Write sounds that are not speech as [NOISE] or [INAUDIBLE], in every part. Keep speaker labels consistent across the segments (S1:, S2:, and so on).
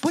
S1: 不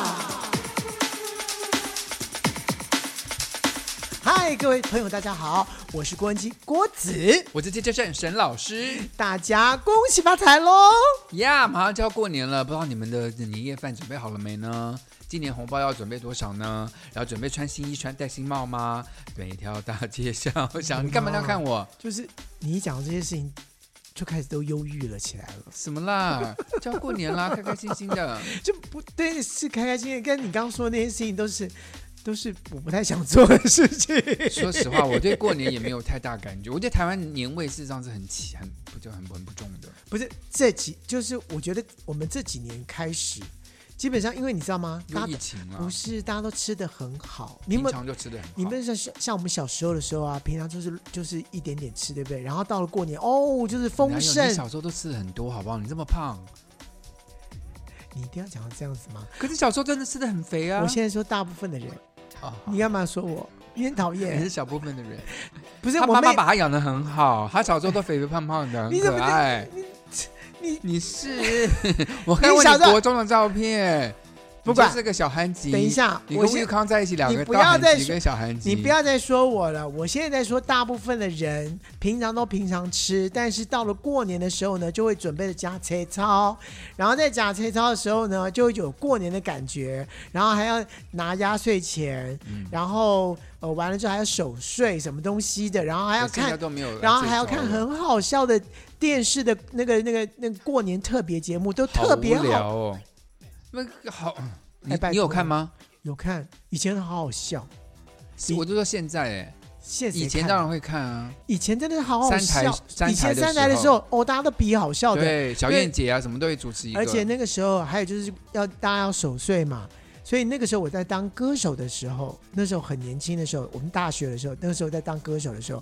S1: 嗨，各位朋友，大家好，我是郭文基郭子，
S2: 我是接接站沈老师
S1: 大家恭喜发财喽！
S2: 呀马上就要过年了，不知道你们的年夜饭准备好了没呢？今年红包要准备多少呢？然后准备穿新衣、穿戴新帽吗？每条大街上，我 [LAUGHS] 想你干嘛要看我？
S1: 就是你一讲到这些事情，就开始都忧郁了起来了，
S2: 什么啦？就要过年啦，开开心心的。 [LAUGHS]
S1: 就不对，是开开心心，跟你刚刚说的那些事情都是。都是我不太想做的事情， [LAUGHS]
S2: 说实话，我对过年也没有太大感觉。我觉得台湾年味事实上是很奇、很不就很很不重的。
S1: 不是这几，就是我觉得我们这几年开始，基本上因为你知道吗？
S2: 因
S1: 大
S2: 为疫
S1: 家
S2: 情啊
S1: 不，是大家都吃的很好，你
S2: 平
S1: 们
S2: 常就吃的很好。
S1: 你们像像我们小时候的时候啊，平常就是就是一点点吃，对不对？然后到了过年哦，就是丰
S2: 哪有你
S1: 盛。
S2: 小时候都吃的很多，好不好？你这么胖，
S1: 你一定要讲到这样子吗？
S2: 可是小时候真的吃的很肥啊。
S1: 我现在说大部分的人，
S2: 哦好
S1: 你干嘛说我？你很讨
S2: 你是
S1: 厌，
S2: 小部分的人，
S1: 不是
S2: 他
S1: 我
S2: 妈
S1: 们
S2: 妈把他养的很好，他小时候都肥肥胖胖的，很
S1: 你怎么
S2: 可爱。
S1: 你 [LAUGHS]
S2: 你是我看过
S1: 小
S2: 你
S1: 时候
S2: 国中的照片，
S1: 不管
S2: 你就是个小韩吉。
S1: 等一，下，
S2: 你
S1: 我
S2: 跟
S1: 先
S2: 魏康在一起两
S1: 你
S2: 个
S1: 不
S2: 大
S1: 要
S2: 韩
S1: 再
S2: 吉
S1: 说
S2: 跟小韩吉，
S1: 你不要再说我了，我现在在说大部分的人平常都平常吃，但是到了过年的时候呢，就会准备的加切操，然后在加切操的时候呢，就会有过年的感觉，然后还要拿压岁钱，
S2: 嗯
S1: 然后呃完了之后还要守岁什么东西的，然后还要
S2: 可是现在
S1: 看，
S2: 都没有，
S1: 然后还要看很好笑的电视的那个那个那个过年特别节目，都特别
S2: 好
S1: 好
S2: 无聊哦。那个好，你
S1: 哎拜托
S2: 你有看吗？
S1: 有看以前好好笑，
S2: 是我就说现在哎，
S1: 现在谁
S2: 以前
S1: 看
S2: 当然会看啊，
S1: 以前真的好好
S2: 三
S1: 哦笑
S2: 台，三
S1: 以前
S2: 台的
S1: 三台的时
S2: 时候
S1: 候，哦，大家都比好笑的，
S2: 对，小燕姐啊什么都会主持一个，
S1: 而且那个时候还有就是要大家要守岁嘛，所以那个时候我在当歌手的时候，那时候很年轻的时候，我们大学的时候，那个时候在当歌手的时候，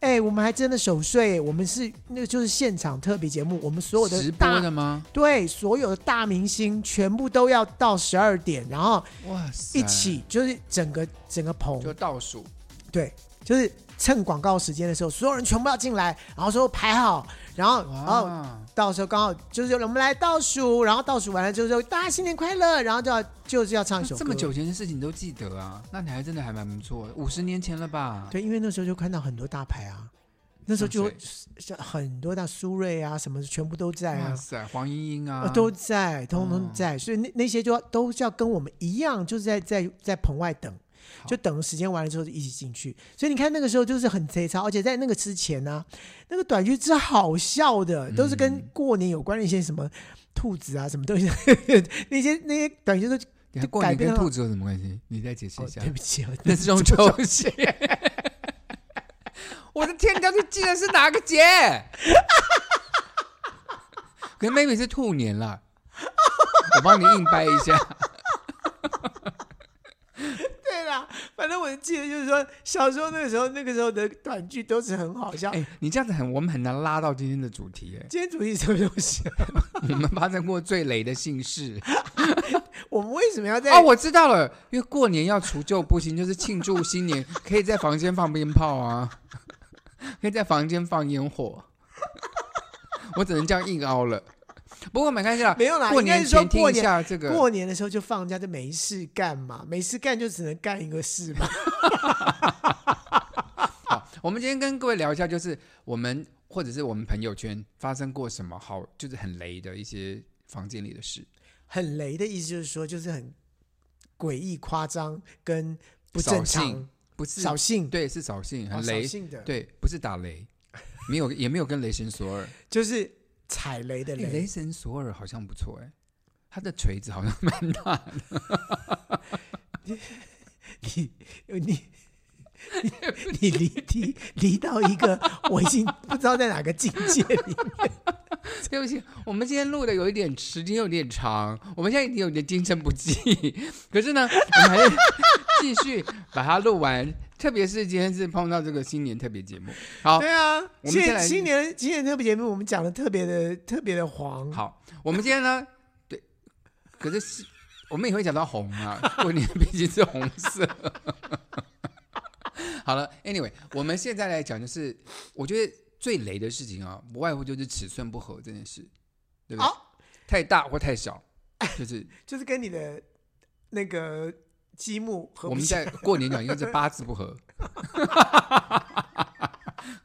S1: 哎，我们还真的守岁，我们是那个就是现场特别节目，我们所有的
S2: 直播
S1: 大
S2: 的吗？
S1: 对所有的大明星全部都要到十二点，然后
S2: 哇塞，
S1: 一起就是整个整个棚
S2: 就倒数，
S1: 对，就是趁广告时间的时候，所有人全部要进来，然后说排好，然后然后
S2: 哇，
S1: 到时候刚好就是我们来倒数，然后倒数完了就是说大家新年快乐，然后就要就是要唱一首歌。
S2: 这么久，前的事情你都记得啊？那你还真的还蛮不错，五十年前了吧？
S1: 对，因为那时候就看到很多大牌啊，那时候就像很多大苏芮啊什么的全部都在
S2: 哇
S1: 啊。
S2: 塞，黄莺莺啊
S1: 呃，都在，通通
S2: 嗯
S1: 在，所以那那些就要都是要跟我们一样，就是在在在棚外等，就等时间完了之后就一起进去。所以你看那个时候就是很贼操，而且在那个之前呢、那个短剧是好笑的，都是跟
S2: 嗯
S1: 过年有关的一些什么兔子啊什么东西， [LAUGHS] 那些那些短剧都
S2: 等一下过年
S1: 改变
S2: 跟
S1: 了
S2: 兔子有什么关系？你再解释
S1: 哦
S2: 一，下
S1: 对。不起，我
S2: 那是中秋节。 [LAUGHS] 我的天，你到底记得是哪个节？ [LAUGHS] 可能 maybe 是兔年啦，我帮你硬掰一下。
S1: [LAUGHS] 对啦，反正我记得就是说小时候那个时候那个时候的短剧都是很好笑。
S2: 哎、你这样子很，我们很难拉到今天的主题。
S1: [LAUGHS]
S2: 哎，
S1: 今天主题是什么东西啊？
S2: 我们发生过最雷的姓氏。
S1: 我们为什么要在
S2: 哦，我知道了，因为过年要除旧布新，就是庆祝新年，可以在房间放鞭炮啊， [LAUGHS] 可以在房间放烟火。 [LAUGHS] 我只能这样硬凹了。不过没关系啦，
S1: 没有啦？
S2: 过
S1: 应该
S2: 年
S1: 是说
S2: 前
S1: 过
S2: 听一
S1: 年
S2: 下这个
S1: 过年的时候就放假，就没事干嘛，没事干就只能干一个事嘛。 [LAUGHS]
S2: 好，我们今天跟各位聊一下，就是我们或者是我们朋友圈发生过什么好，就是很雷的一些房间里的事，
S1: 很雷的意思就是说，就是很诡异、夸张跟不
S2: 扫
S1: 正常
S2: 兴、不是
S1: 扫兴，
S2: 对是扫兴，
S1: 哦
S2: 很
S1: 扫
S2: 雷，
S1: 兴的，，
S2: 对，不是打雷，没有也没有跟雷神索尔，
S1: 就是踩雷的
S2: 诶
S1: 雷。
S2: 雷神索尔好像不错哎，他的锤子好像 [LAUGHS] 蛮大的，哎
S1: 你你你你 [LAUGHS] 离题离到一个我已经不知道在哪个境界里。
S2: 对不起，我们今天录的有一点时间有点长，我们现在已经有点精神不济， [LAUGHS] 可是呢，我们还是继续把它录完。特别是今天是碰到这个新年特别节目，好，
S1: 对啊，
S2: 我们
S1: 新
S2: 先来
S1: 新年新年特别节目，我们讲的特别的特别的黄。
S2: 好，我们今天呢，对，可是是我们也会讲到红
S1: [LAUGHS]
S2: 啊，过年毕竟是红色。 [LAUGHS] 好了，anyway，我们现在来讲，就是我觉得最雷的事情啊，不外乎就是尺寸不合这件事，对不对？
S1: 哦
S2: 太大或
S1: [LAUGHS]
S2: 太小，就是
S1: 就是跟你的那个积木合
S2: 我
S1: 不
S2: 们
S1: 起
S2: 在
S1: 来。
S2: 过年讲应该是八字不合， [LAUGHS]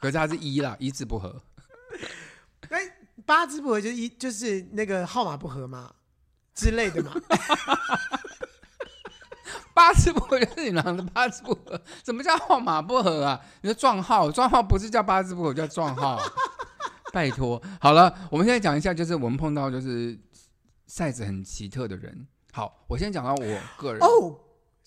S2: 可是它是一啦，一字不合。
S1: 哎，八字不合就是一就是那个号码不合嘛之类
S2: [LAUGHS]
S1: 的嘛。
S2: 八字不合就是你俩的 [LAUGHS] 八字不合，怎么叫号码不合啊？你说撞号，撞号不是叫八字不合，叫撞号。啊 [LAUGHS] 拜托，好了，我们现在讲一下，就是我们碰到就是 size 很奇特的人。好，我先讲到我个人，
S1: 哦，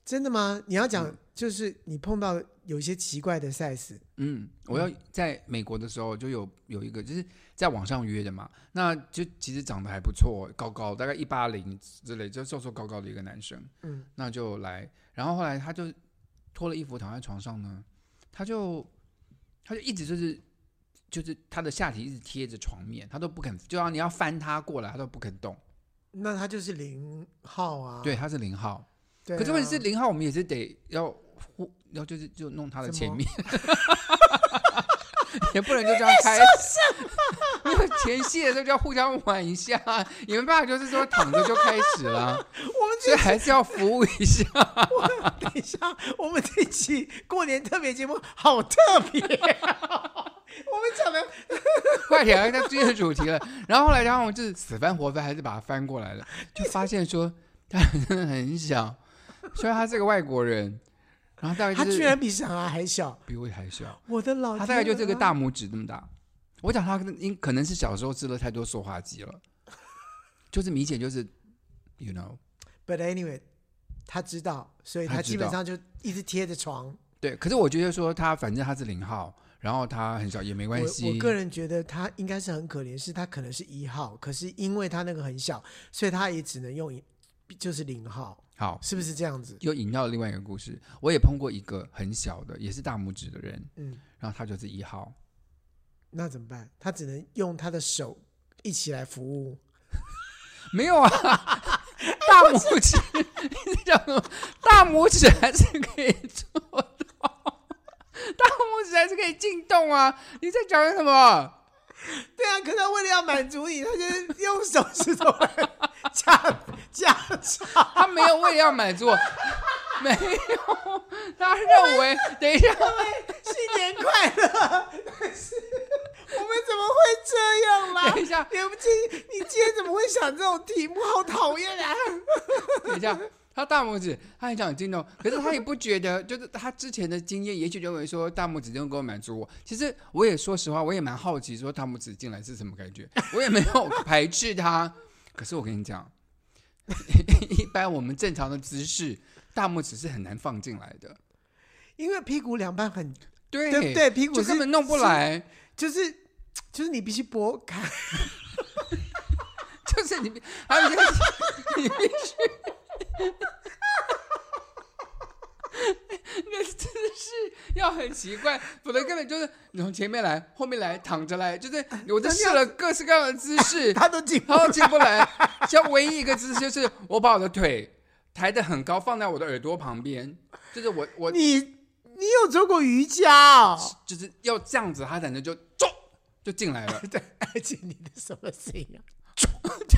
S1: 真的吗？你要讲就是你碰到有一些奇怪的 size，
S2: 嗯，我要在美国的时候就有有一个就是在网上约的嘛，那就其实长得还不错，高高大概一八零之类，就瘦瘦高高的一个男生，
S1: 嗯，
S2: 那就来，然后后来他就脱了衣服躺在床上呢，他就他就一直就是就是他的下体一直贴着床面，他都不肯，就要你要翻他过来，他都不肯动。
S1: 那他就是零号啊。
S2: 对，他是零号，
S1: 对啊，
S2: 可是问题是零号，我们也是得要呼，要就是就弄他的前面， [LAUGHS] 也不能就这样开。因为 [LAUGHS] 前戏的时候就要互相玩一下，也没办法，就是说躺着就开始了，
S1: 我们
S2: 所以还是要服务一下。
S1: [LAUGHS] 等一下，我们这一期过年特别节目好特别、啊
S2: [LAUGHS]
S1: 我们讲的
S2: 快点，他进入主题了。 [LAUGHS] 然后后来，然后我就是死翻活翻，还是把它翻过来了，就发现说他真的很小，虽然他是个外国人，然后大概
S1: 他
S2: 就是
S1: 居然比哦小孩还小，
S2: 比我还小。
S1: 我的老天、啊
S2: 他大概就这个大，拇指这么大。我讲他可能因可能是小时候吃了太多塑化剂了，就是明显就是，you know，
S1: But anyway，他知道，所以
S2: 他
S1: 他
S2: 知
S1: 基本
S2: 道
S1: 上就一直贴着床。
S2: 对。可是我觉得说他反正他是零号，然后他很小也没
S1: 我
S2: 关系。
S1: 我个人觉得他应该是很可怜，是他可能是一号，可是因为他那个很小，所以他也只能用一就是零号，
S2: 好，
S1: 是不是这样子？
S2: 又引到另外一个故事，我也碰过一个很小的，也是大拇指的人，
S1: 嗯，
S2: 然后他就是一号，
S1: 那怎么办？他只能用他的手一起来服务。
S2: 没有啊，大拇指，你在讲什么？大拇指还是可以做到，大拇指还是可以进洞啊！你在讲什么？
S1: 对啊，可是他为了要满足你，他
S2: [LAUGHS]
S1: 就是用手指头来夹夹叉。
S2: 他没有为了要满足我，没有，他认为等一下，
S1: 新年快乐！但是我们怎么会这样啦？
S2: 等一下
S1: 对不起，你今天怎么会想这种题目？好讨厌啊！
S2: 等一下，他大拇指，他很想进洞，可是他也不觉得，就是他之前的经验，也许认为说大拇指就能够满足我。其实我也说实话，我也蛮好奇，说大拇指进来是什么感觉，我也没有排斥他。 [LAUGHS] 可是我跟你讲， [LAUGHS] 一般我们正常的姿势，大拇指是很难放进来的，
S1: 因为屁股两半很，
S2: 对
S1: 对不对？屁股
S2: 就是根本弄不，来。
S1: 就是就是你必须拨开。
S2: 就是你必，还有一个，你必须，你的姿势要很奇怪，否则根本就是你从前面来，后面来，躺着来，就是我都试了各式各样的姿势，
S1: 他都进不 [LAUGHS]
S2: 然后进不来。像唯一一个姿势就是我把我的腿抬得很高，放在我的耳朵旁边，就是我我
S1: 你你有做过瑜伽哦？ [LAUGHS]
S2: 就是要这样子，他才能就中就进来了。
S1: 对，而且你的什么声音啊？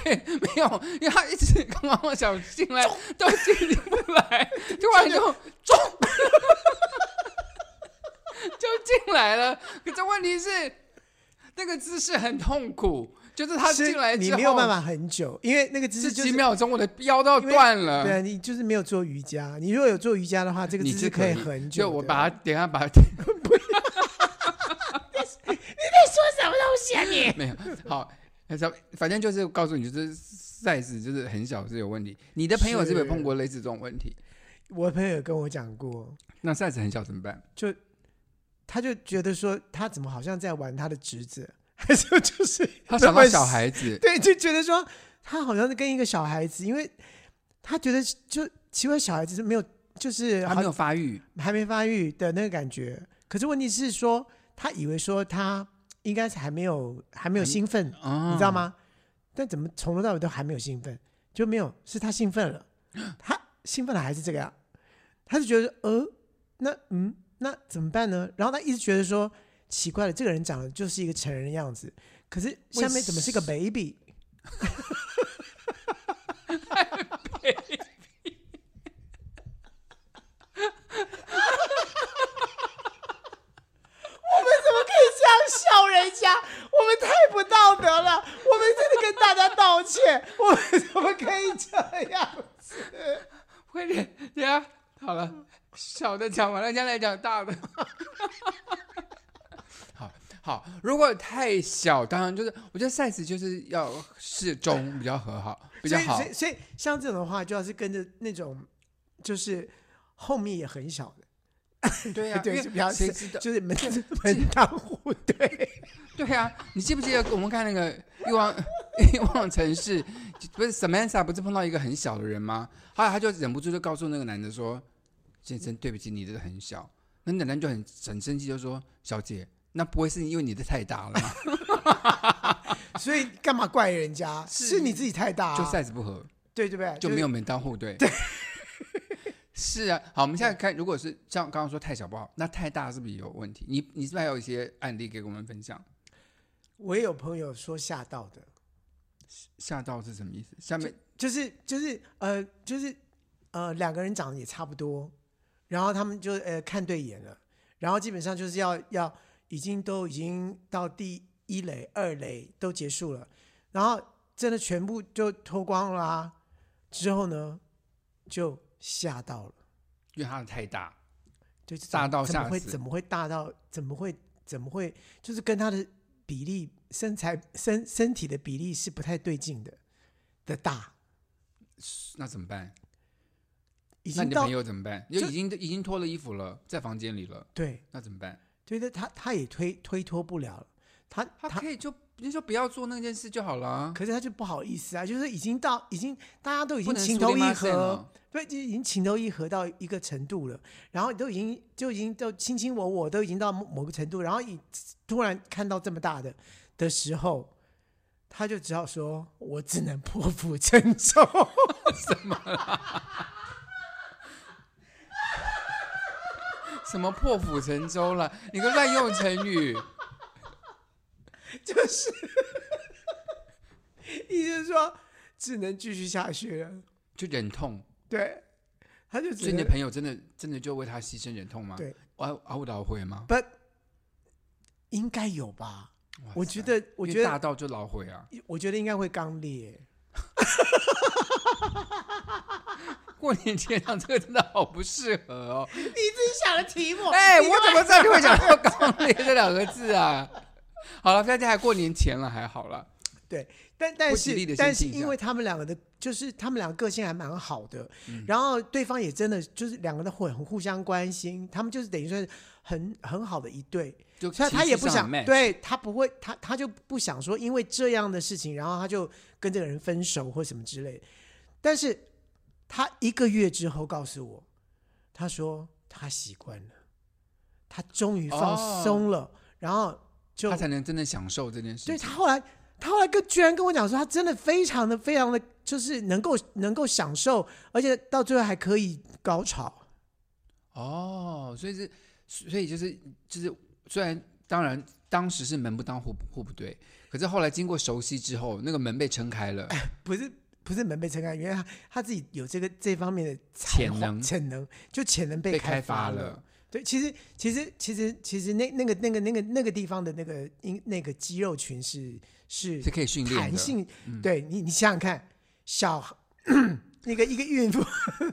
S2: 对， [LAUGHS] 没有，因为他一直刚刚我想进来都进不来，突然就中，就进来了。可是问题是，那个姿势很痛苦，就是他
S1: 是
S2: 进来之
S1: 你
S2: 后，
S1: 没有办，法很久，因为那个姿势
S2: 这
S1: 就
S2: 几
S1: 是
S2: 秒钟我的腰都要
S1: 因为
S2: 断了。
S1: 对啊，你就是没有做瑜伽。你如果有做瑜伽的话，这个
S2: 你
S1: 姿势
S2: 是可
S1: 以很久的。啊
S2: 就我把它等一下把它，你 [LAUGHS] 在说什么东西啊你？没有好，反反正就是告诉你，就是 size 就是很小是有问题。你的朋友是不是
S1: 是
S2: 有碰过类似这种问题？
S1: [LAUGHS] 我朋友有跟我讲过，
S2: 那 size 很小怎么办？
S1: 就他就觉得说，他怎么好像在玩他的侄子， [LAUGHS] 还是就是
S2: 他想到
S1: 那么
S2: 小孩子，
S1: [LAUGHS] 对，就觉得说他好像是跟一个小孩子，因为他觉得就奇怪，小孩子是没有就是
S2: 他
S1: 好
S2: 没有发育，
S1: 还没发育的那个感觉。可是问题是说，他以为说他应该是还没有还没有嗯
S2: 还
S1: 兴奋，
S2: 你
S1: [GASPS] 你知道？吗？但怎么从头到尾都还没有兴奋，就没有是他兴奋了，他兴奋的还是这个啊，他就觉得呃，那嗯，那怎么办呢？然后他一直觉得说奇怪了，这个人长得就是一个成人的样子，可是下面怎么是个 baby？我们怎么可以这样笑人家？我们太不道德了！我们真的跟大家道歉，我们怎么可以这样？
S2: 快点，等下啊好了，小的讲完了，再来讲大的。 [LAUGHS] 好好，如果太小，当然就是我觉得 size 就是要适中比较和好，比较好
S1: 所以所以，所以像这种的话，就要是跟着那种，就是后面也很小的，
S2: [LAUGHS] 对呀、啊，因
S1: 对，
S2: 为
S1: 就比较
S2: 谁知道？
S1: 就是门门当户
S2: [LAUGHS]
S1: 对。
S2: 对呀、啊，你记不记得我们看那个欲望 [LAUGHS] 欲望城市，不是 Samantha 不是碰到一个很小的人吗？后来他就忍不住就告诉那个男的说：“先生，对不起，你的很小。”那奶奶就很很生气，就说：“小姐，那不会是因为你的太大 [LAUGHS] 了吗？
S1: 所以干嘛怪人家？
S2: 是
S1: 是你自己太大、啊，
S2: 就 size 不合，
S1: 对对不对？
S2: 啊就没有门当户对。”对， [LAUGHS] 是啊。好，我们现在看，如果是像刚刚说太小不好，那太大是不是也有问题？你你是不是还有一些案例给我们分享？
S1: 我也有朋友说吓到的，
S2: 吓到是什么意思？下面
S1: 就是就是呃就是呃两个人长得也差不多，然后他们就呃看对眼了，然后基本上就是要要已经都已经到第一垒、二垒都结束了，然后真的全部就脱光了啊、之后呢就吓到了，
S2: 因为他的太大。
S1: 对，就
S2: 大到
S1: 怎么
S2: 吓
S1: 会
S2: 死
S1: 怎么会大到怎么会怎么会就是跟他的比例、身材、身身体的比例是不太对劲的的大，
S2: 那怎么办？
S1: 已
S2: 那
S1: 经
S2: 你的
S1: 到
S2: 朋友怎么办？就
S1: 就
S2: 已经已经脱了衣服了，在房间里了，
S1: 对。
S2: 那怎么办？
S1: 对对，他他也推推脱不了了，他
S2: 他
S1: 他
S2: 可以就你就不要做那件事就好了啊，
S1: 可是他就不好意思啊，就是已经到已经大家都已
S2: 不
S1: 经
S2: 能
S1: 情
S2: 输
S1: 投
S2: 给
S1: 意
S2: 马赛
S1: 合，
S2: 了。
S1: 对，就已经情投意合到一个程度了，然后都已经就已经都卿卿我我都已经到某某个程度，然后你突然看到这么大的的时候，他就只好说我只能破釜沉舟。 [LAUGHS]
S2: 什么破釜沉舟了？你个乱用成语，
S1: 就是意思是说只能继续下去了。
S2: 就忍痛。
S1: 对，他就
S2: 所
S1: 只
S2: 以你
S1: 能
S2: 的朋友真的真的就为他牺牲忍痛吗？
S1: 对，
S2: 熬熬到悔吗？
S1: 不应该有吧？
S2: 哇
S1: 我
S2: 塞
S1: 觉，得，我
S2: 因为
S1: 觉
S2: 大
S1: 得，
S2: 到就老悔啊。
S1: 我觉得应该会刚烈。
S2: 过年前上这个真的好不适合哦。
S1: 你自己想的题目，
S2: 哎，我
S1: 你干嘛
S2: 怎么这里会讲到“刚烈”这两个字啊？好了，大家还过年前了，还好了。
S1: 对？但但
S2: 不吉利
S1: 是
S2: 的
S1: 但是
S2: 心情
S1: 因
S2: 下
S1: 为他们两个的，就是他们两个个性还蛮好的，
S2: 嗯
S1: 然后对方也真的就是两个人会很互相关心，他们就是等于说是很很好的一对。
S2: 就
S1: 所以他也不
S2: 情绪
S1: 想
S2: 上很 match，
S1: 对他不会，他他就不想说因为这样的事情，然后他就跟这个人分手或什么之类的。但是他一个月之后告诉我，他说他习惯了，他终于放
S2: 哦
S1: 松了，然后就
S2: 他才能真的享受这件事情。
S1: 对他后来，他后来跟居然跟我讲说，他真的非常的非常的，就是能够能够享受，而且到最后还可以高潮。
S2: 哦，所以是，所以就是就是，虽然当然当时是门不当户不户不对，可是后来经过熟悉之后，那个门被撑开了，
S1: 不是不是门被撑开，因为他他自己有这个这方面的才华
S2: 潜能
S1: 潜能就潜能被
S2: 被开
S1: 发
S2: 发
S1: 了。
S2: 了。
S1: 对，其实其实其实其实那那个那个那个那个地方的那个因那个肌肉群是是
S2: 是可以训练的嗯
S1: 弹性，对你你想想看，小那 [COUGHS] 个一个孕妇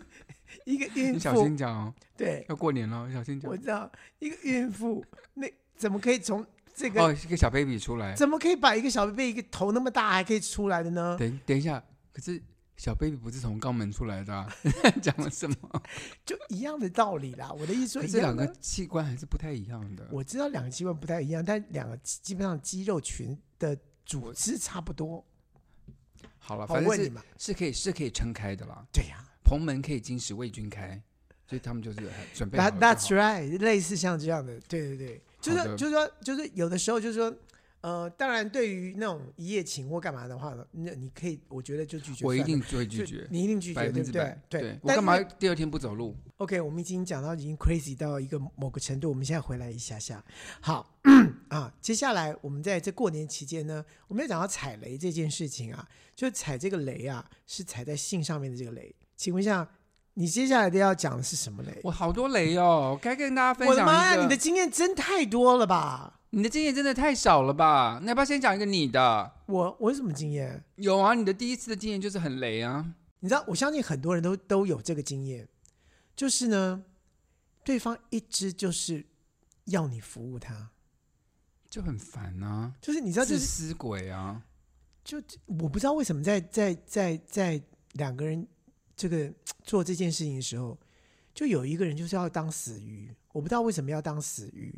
S1: [LAUGHS] 一个孕
S2: 你小
S1: 妇
S2: 心，讲哦，
S1: 对
S2: 要过年了，小心讲
S1: 我。知道一个孕妇那怎么可以从这个、
S2: 哦，是个小 baby 出来。
S1: 怎么可以把一个小 baby 一个头那么大还可以出来的呢？
S2: 等等一下，可是小 baby 不是从肛门出来的、啊， [LAUGHS] 讲了什么？
S1: [LAUGHS] 就一样的道理啦，我的意思说
S2: 可
S1: 一
S2: 是两
S1: 样
S2: 个
S1: 的。
S2: 器官还是不太一样的。
S1: 我知道两个器官不太一样，但两个基本上肌肉群的组织差不多。
S2: 好了，
S1: 好
S2: 啊反正
S1: 问你
S2: 是
S1: 嘛，
S2: 是可以是可以撑开的啦。
S1: 对呀、
S2: 蓬门可以经时为君开，所以他们就是哎准备好
S1: That
S2: 了
S1: that's
S2: 就好
S1: right，类似像这样的，对对对，就
S2: 好
S1: 是
S2: 的
S1: 就是说就是有的时候就是说，呃，当然对于那种一夜情或干嘛的话呢，那你可以，我觉得就拒绝算了。
S2: 我一定会拒
S1: 就
S2: 绝，
S1: 你一定拒绝，
S2: 百
S1: 对
S2: 分
S1: 不
S2: 之
S1: 对
S2: 百？。
S1: 对，
S2: 我干嘛
S1: 但因为
S2: 第二天不走路？
S1: ？OK，我们已经讲到已经 crazy 到一个某个程度，我们现在回来一下下。好 [CLEARS THROAT] 啊，接下来我们在这过年期间呢，我们要讲到踩雷这件事情啊，就踩这个雷啊，是踩在性上面的这个雷。请问一下，你接下来的要讲的是什么雷？
S2: 我好多雷哦！我该跟大家分
S1: 我的
S2: 享
S1: 妈呀，
S2: 一个。
S1: 你的经验真太多了吧！
S2: 你的经验真的太少了吧？那要不要先讲一个你的？
S1: 我我有什么经验？
S2: 有啊，你的第一次的经验就是很雷啊。
S1: 你知道，我相信很多人都都有这个经验，就是呢，对方一直就是要你服务他，
S2: 就很烦啊，
S1: 就是你知道，就
S2: 自
S1: 是
S2: 私鬼啊！
S1: 就我不知道为什么在在在在两个人这个做这件事情的时候，就有一个人就是要当死鱼，我不知道为什么要当死鱼。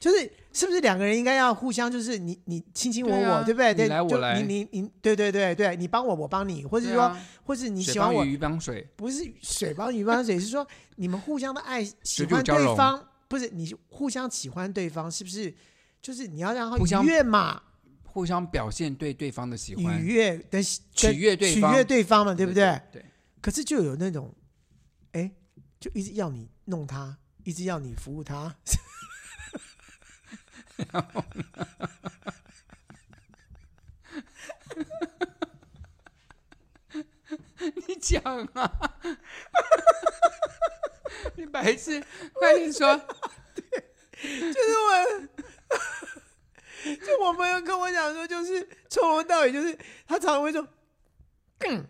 S1: 就是是不是两个人应该要互相就是你你亲亲我
S2: 对
S1: 我
S2: 啊
S1: 对不对？对，
S2: 你来我
S1: 就
S2: 来
S1: 你你你对对对对，你帮我我帮你，或者
S2: 对
S1: 说、
S2: 啊
S1: 或者你
S2: 水
S1: 喜欢
S2: 帮
S1: 我
S2: 鱼帮水，
S1: 不是水帮鱼帮水， [LAUGHS] 是说你们互相的爱，喜欢
S2: 就交融
S1: 对方，不是你互相喜欢对方，是不是？就是你要让
S2: 互
S1: 他
S2: 相
S1: 愉悦嘛，
S2: 互相表现对对方的喜
S1: 愉
S2: 欢，
S1: 悦的跟
S2: 取悦对
S1: 取
S2: 方
S1: 悦对方嘛，对不对？
S2: 对，
S1: 可是就有那种，哎，就一直要你弄他，一直要你服务他，
S2: [LAUGHS] 你讲啊！ [LAUGHS] 你白痴，快点说！
S1: [LAUGHS] 就是我，就我朋友跟我讲说，就是从头到尾就是他常常会说，嗯，嗯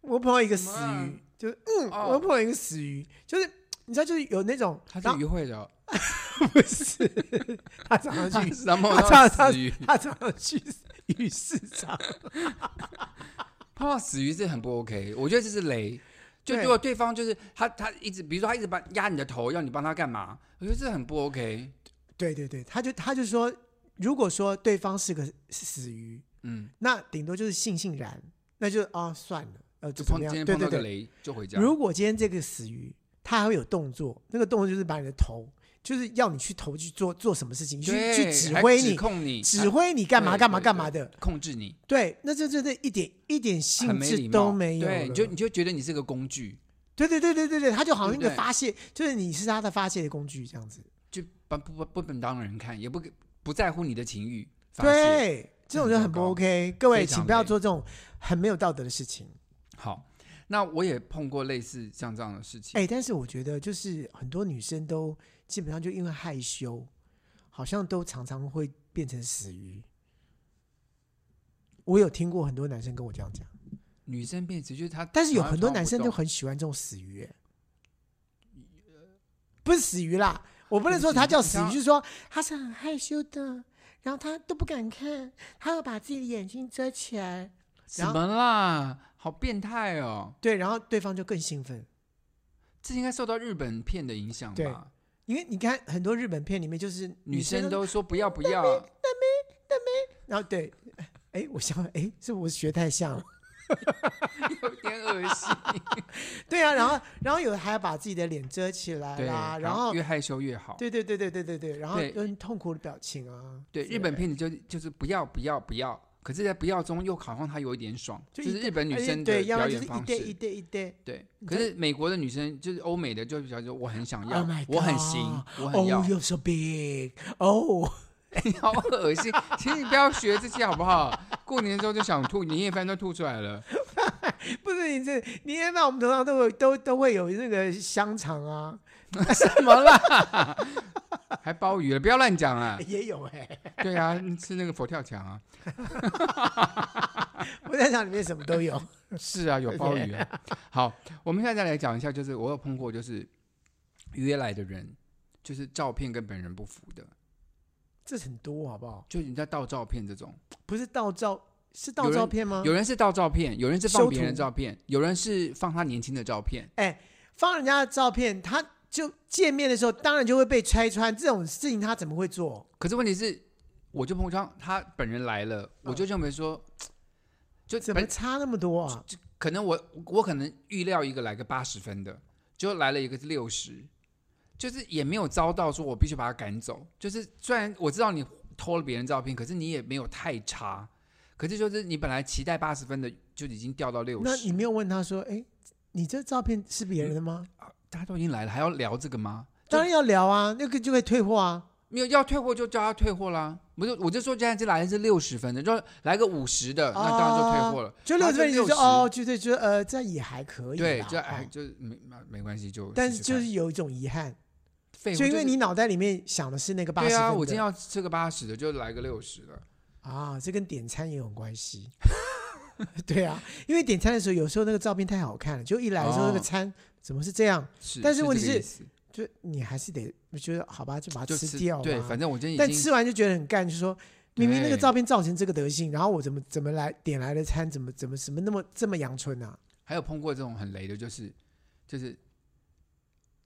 S1: 我朋友一个死
S2: 什么啊
S1: 鱼，就是嗯，
S2: 哦
S1: 我朋友一个死鱼，就是你知道，就是有那种，
S2: 他
S1: 然
S2: 是
S1: 后
S2: 约会的哦，
S1: 不 [LAUGHS] 是，他常
S2: 他
S1: 常去，
S2: 是他
S1: [LAUGHS]
S2: 梦
S1: 他
S2: 到
S1: 常
S2: 死鱼
S1: 常，他常常去鱼市场，
S2: 碰到死鱼是很不 OK，我觉得这是雷。就
S1: 对
S2: 如果对方就是他，他一直比如说他一直把压你的头，要你帮他干嘛？我觉得这很不 OK。
S1: 对对对，他就他就说，如果说对方是个死鱼，
S2: 嗯，
S1: 那顶多就是悻悻然，那就啊、算了，呃，
S2: 就
S1: 就怎
S2: 碰
S1: 么
S2: 今
S1: 样，
S2: 天
S1: 对
S2: 碰
S1: 对
S2: 到个
S1: 对，
S2: 雷就回家。
S1: 如果今天这个死鱼，它还会有动作，那个动作就是把你的头，就是要你去头去做做什么事情，去
S2: 对
S1: 去指
S2: 还
S1: 挥
S2: 指
S1: 你，
S2: 控你，
S1: 指挥你干嘛
S2: 对
S1: 干嘛
S2: 对
S1: 干嘛的。
S2: 控制你，
S1: 对，那这真的一点一点
S2: 很
S1: 兴
S2: 没
S1: 致
S2: 礼貌，
S1: 都没有
S2: 对，
S1: 了
S2: 你就你就觉得你是个工具，
S1: 对对对对对对，他就好像一
S2: 对
S1: 个
S2: 不对
S1: 发泄，就是你是他的发泄的工具这样子。
S2: 就不不不不本当人看，也不不在乎你的情欲。发泄，
S1: 对，这种
S2: 很
S1: 就
S2: 糟
S1: 很不
S2: 糕
S1: OK。各位，
S2: 非常
S1: 请不要
S2: 累
S1: 做这种很没有道德的事情。
S2: 好，那我也碰过类似像这样的事情。
S1: 哎、但是我觉得就是很多女生都基本上就因为害羞，好像都常常会变成死鱼。我有听过很多男生跟我这样讲，
S2: 女生变直，就是她，
S1: 但是有很多
S2: 她
S1: 男生
S2: 不
S1: 就
S2: 动
S1: 很喜欢这种死鱼、哎不是死鱼啦，我不能说他叫死鱼，
S2: 对不
S1: 就
S2: 起
S1: 是说他是很害羞的，然后他都不敢看，他要把自己的眼睛遮起来。然
S2: 什
S1: 后
S2: 么啦，好变态哦！
S1: 对，然后对方就更兴奋，
S2: 这应该受到日本片的影响
S1: 对
S2: 吧？
S1: 因为你看很多日本片里面就是
S2: 女
S1: 生
S2: 生都说不要不要，
S1: 然后对，哎，我想，哎，是我学太像了。
S2: 有点恶心。
S1: 对啊，然后然后有的还要把自己的脸遮起来
S2: 对，
S1: 啦，然后
S2: 越害羞越好。
S1: 对对对对对对对，然后
S2: 对
S1: 有很痛苦的表情啊。
S2: 对，日本片子就就是不要不要不要，可是，在不要中又好像她有一点爽，
S1: 就
S2: 就
S1: 一
S2: 是日本女
S1: 哎
S2: 生的
S1: 对，要不然
S2: 表
S1: 就
S2: 演
S1: 是一
S2: 方
S1: 对一
S2: 式。
S1: 对一对。
S2: 对，可是美国的女生就是欧美的就比较说我很想
S1: Oh
S2: 要
S1: my，
S2: 我很行，我很要
S1: Oh,，you're so big. Oh，
S2: [LAUGHS] 你好恶心，请你不要学这些好不好？过年的时候就想吐，年夜饭都吐出来了。
S1: [LAUGHS] 不是你这，你天到我们头上都有都都会有那个香肠啊，
S2: 什么啦？还鲍鱼了，不要乱讲啊！
S1: 也有哎、
S2: 对啊，你吃那个佛跳墙啊，
S1: 我在想里面什么都有。
S2: 是啊，有鲍鱼啊。好，我们现在再来讲一下，就是我有碰过，就是约来的人，就是照片跟本人不符的，
S1: 这很多好不好？
S2: 就你在盗照片这种。
S1: 不是盗照，是盗
S2: 有人
S1: 照片吗？
S2: 有人是盗照片，有人是放别人
S1: 修
S2: 的
S1: 图
S2: 照片，有人是放他年轻的照片。
S1: 哎，放人家的照片，他就见面的时候，当然就会被拆穿。这种事情他怎么会做？
S2: 可是问题是，我就碰上他本人来了，我就认为说，就
S1: 怎么
S2: 本
S1: 差那么多啊？
S2: 可能我我可能预料一个来个八十分的，就来了一个六十，就是也没有遭到说我必须把他赶走。就是虽然我知道你偷了别人照片，可是你也没有太差，可是就是你本来期待八十分的，就已经掉到六
S1: 那
S2: 十
S1: 你。没有问他说，哎，你这照片是别人的吗？
S2: 大家都已经来了，还要聊这个吗？
S1: 当然要聊啊，那个就可以退货啊。
S2: 没有要退货就叫他退货啦。不是，我就说现在这来的是六十分的，就来个五十的，那当然就退货了
S1: 哦。就六十分你就
S2: 他
S1: 说
S2: 60
S1: 哦，就对，就呃，这也还可以啦。
S2: 对，就哎，
S1: 哦，
S2: 就是没没关系，就
S1: 但
S2: 试
S1: 是
S2: 试
S1: 就
S2: 看
S1: 是有一种遗憾，
S2: 废物
S1: 就因
S2: 就
S1: 为
S2: 是
S1: 你脑袋里面想的是那个八十
S2: 对
S1: 分
S2: 啊，
S1: 的
S2: 我今天要吃个八十的，就来个六十的。
S1: 啊，这跟点餐也有关系。 [LAUGHS] 对啊，因为点餐的时候，有时候那个照片太好看了，就一来的时候那个
S2: 哦
S1: 餐怎么是这样，
S2: 是，
S1: 但是问题
S2: 这个
S1: 是
S2: 意思
S1: 就你还是得觉得好吧，就把它
S2: 就
S1: 吃掉
S2: 对，
S1: 嘛
S2: 反正我今天
S1: 但
S2: 已经
S1: 吃完就觉得很干，就说明明那个
S2: 对
S1: 照片造成这个德性，然后我怎么怎么来点来的餐，怎么怎么怎么那么这么阳春啊？
S2: 还有碰过这种很雷的，就是就是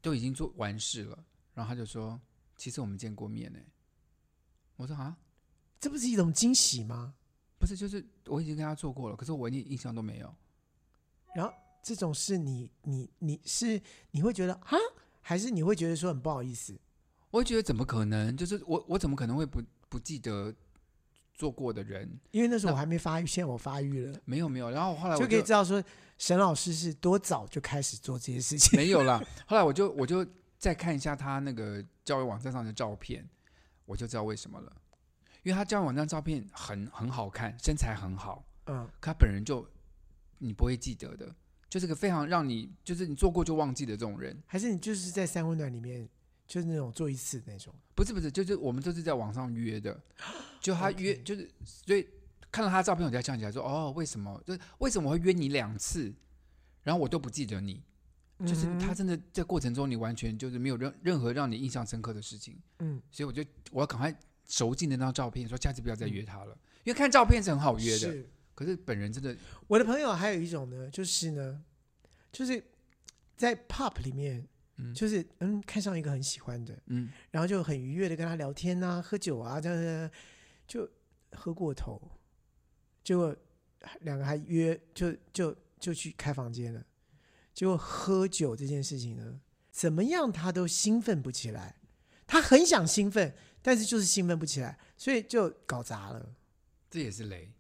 S2: 都已经做完事了，然后他就说，其实我们见过面呢、我说啊，
S1: 这不是一种惊喜吗？
S2: 不是，就是我已经跟他做过了，可是我一点印象都没有。
S1: 然后这种事你你你是你会觉得啊，还是你会觉得说很不好意思？
S2: 我会觉得怎么可能？就是我我怎么可能会不不记得做过的人？
S1: 因为那时候
S2: 那
S1: 我还没发育，现在我发育了，
S2: 没有没有。然后后来我
S1: 就可以知道说沈老师是多早就开始做这些事 [LAUGHS] 情。
S2: 没有啦。后来我就我就再看一下他那个教育网站上的照片，我就知道为什么了。因为他教育网站照片很很好看，身材很好，
S1: 嗯，
S2: 可他本人就你不会记得的，就是个非常让你就是你做过就忘记的这种人。
S1: 还是你就是在三温暖里面，就是那种做一次的那种。
S2: 不是不是，就是我们都是在网上约的，就他约
S1: OK
S2: 就是所以看到他照片我才想起来说哦，为什么就是为什么会约你两次，然后我都不记得你，就是
S1: 嗯哼
S2: 他真的在过程中你完全就是没有任任何让你印象深刻的事情，
S1: 嗯，
S2: 所以我就我要赶快熟记那张照片，说下次不要再约他了，因为看照片是很好约
S1: 嗯
S2: 的，
S1: 是
S2: 可是本人真的
S1: 我的朋友还有一种呢，就是呢，就是在 pop 里面，
S2: 嗯
S1: 就是嗯看上一个很喜欢的，
S2: 嗯
S1: 然后就很愉悦的跟他聊天啊、喝酒啊，这样这样这样就喝过头，结果两个还约，就就就去开房间了。结果喝酒这件事情呢，怎么样他都兴奋不起来，他很想兴奋，但是就是兴奋不起来，所以就搞砸了，
S2: 这也是雷，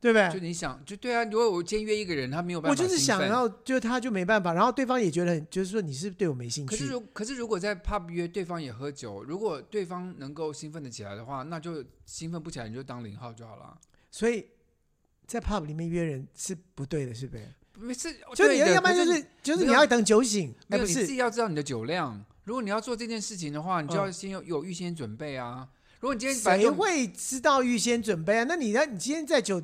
S1: 对不
S2: 就
S1: 对？
S2: 你想就对啊，如果我今天约一个人他没有办
S1: 哎我
S2: 法兴
S1: 就
S2: 奋，
S1: 是想要，就他就没办法，然后对方也觉得很，就是说你是不是对我没兴
S2: 可是
S1: 趣，
S2: 如可是如果在 pub 约对方也喝酒，如果对方能够兴奋的起来的话，那就兴奋不起来你就当零号就好了。
S1: 所以在 pub 里面约人是不对的，是不是？
S2: 没事，
S1: 就
S2: 哦对
S1: 你
S2: 的
S1: 要要不然就
S2: 可
S1: 是就是
S2: 没
S1: 你
S2: 有
S1: 要等酒醒，
S2: 没
S1: 哎
S2: 有
S1: 不
S2: 你自
S1: 是
S2: 己要知道你的酒量。如果你要做这件事情的话，你就要
S1: 嗯
S2: 先有有预先准备啊。如果你今天本来
S1: 谁
S2: 就
S1: 会知道预先准备啊？那你要你今天在酒，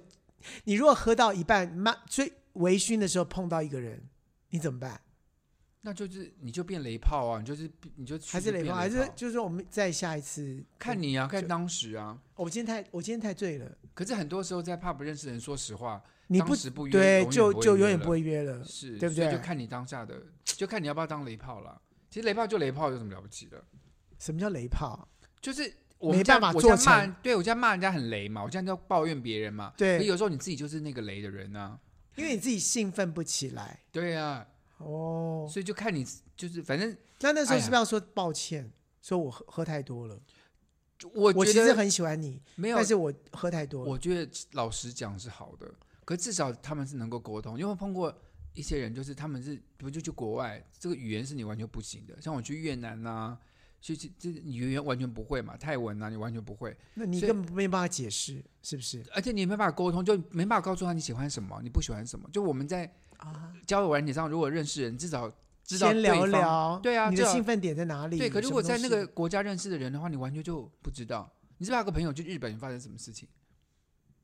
S1: 你如果喝到一半慢最微醺的时候碰到一个人，你怎么办？
S2: 那就是你就变雷炮啊，你就是你就
S1: 还是
S2: 去
S1: 雷锋？
S2: 变炮，
S1: 还是就是说我们再下一次
S2: 看？你啊，看
S1: 就
S2: 当时啊。
S1: 我今天太我今天太醉了，
S2: 可是很多时候在 pub 认识的人，说实话，
S1: 你
S2: 当
S1: 不
S2: 时不约，
S1: 对
S2: 永远
S1: 就
S2: 不会
S1: 就
S2: 约
S1: 永远
S2: 了
S1: 不会约了。
S2: 是，
S1: 对不
S2: 所以
S1: 对
S2: 就看你当下的，就看你要不要当雷炮啦。其实雷炮就雷炮，有什么了不起的？
S1: 什么叫雷炮？
S2: 就是我
S1: 没
S2: 们这样
S1: 办法
S2: 我这样
S1: 做
S2: 骂
S1: 成，
S2: 对我这样骂人家很雷嘛，我这样就抱怨别人嘛。
S1: 对
S2: 可有时候你自己就是那个雷的人啊。
S1: 因为你自己兴奋不起来
S2: 对啊，
S1: 哦。
S2: 所以就看你就是，反正
S1: 那那时候
S2: 哎
S1: 是
S2: 呀
S1: 不是要说抱歉？说我喝喝太多了，
S2: 我
S1: 我
S2: 觉
S1: 其实
S2: 得
S1: 很喜欢你，
S2: 没有
S1: 但，是我喝太多了。
S2: 我觉得老实讲是好的，可至少他们是能够沟通，因为我碰过一些人，就是他们是不就去国外，这个语言是你完全不行的，像我去越南啊。去去，这你语言完全不会嘛，泰文啊，你完全不会，
S1: 那你
S2: 所以
S1: 根本没有办法解释，是不是
S2: 而且你也没办法沟通，就没办法告诉他你喜欢什么，你不喜欢什么。就我们在
S1: 啊？
S2: 交友软件上如果认识人，至少知道
S1: 先聊
S2: 对方
S1: 聊，
S2: 对啊
S1: 你的
S2: 这
S1: 兴奋点在哪里？
S2: 对，可如
S1: 什
S2: 果
S1: 么东
S2: 在那个
S1: 西
S2: 国家认识的人的话，你完全就不知道。你是不是有个朋友去日本发生什么事情？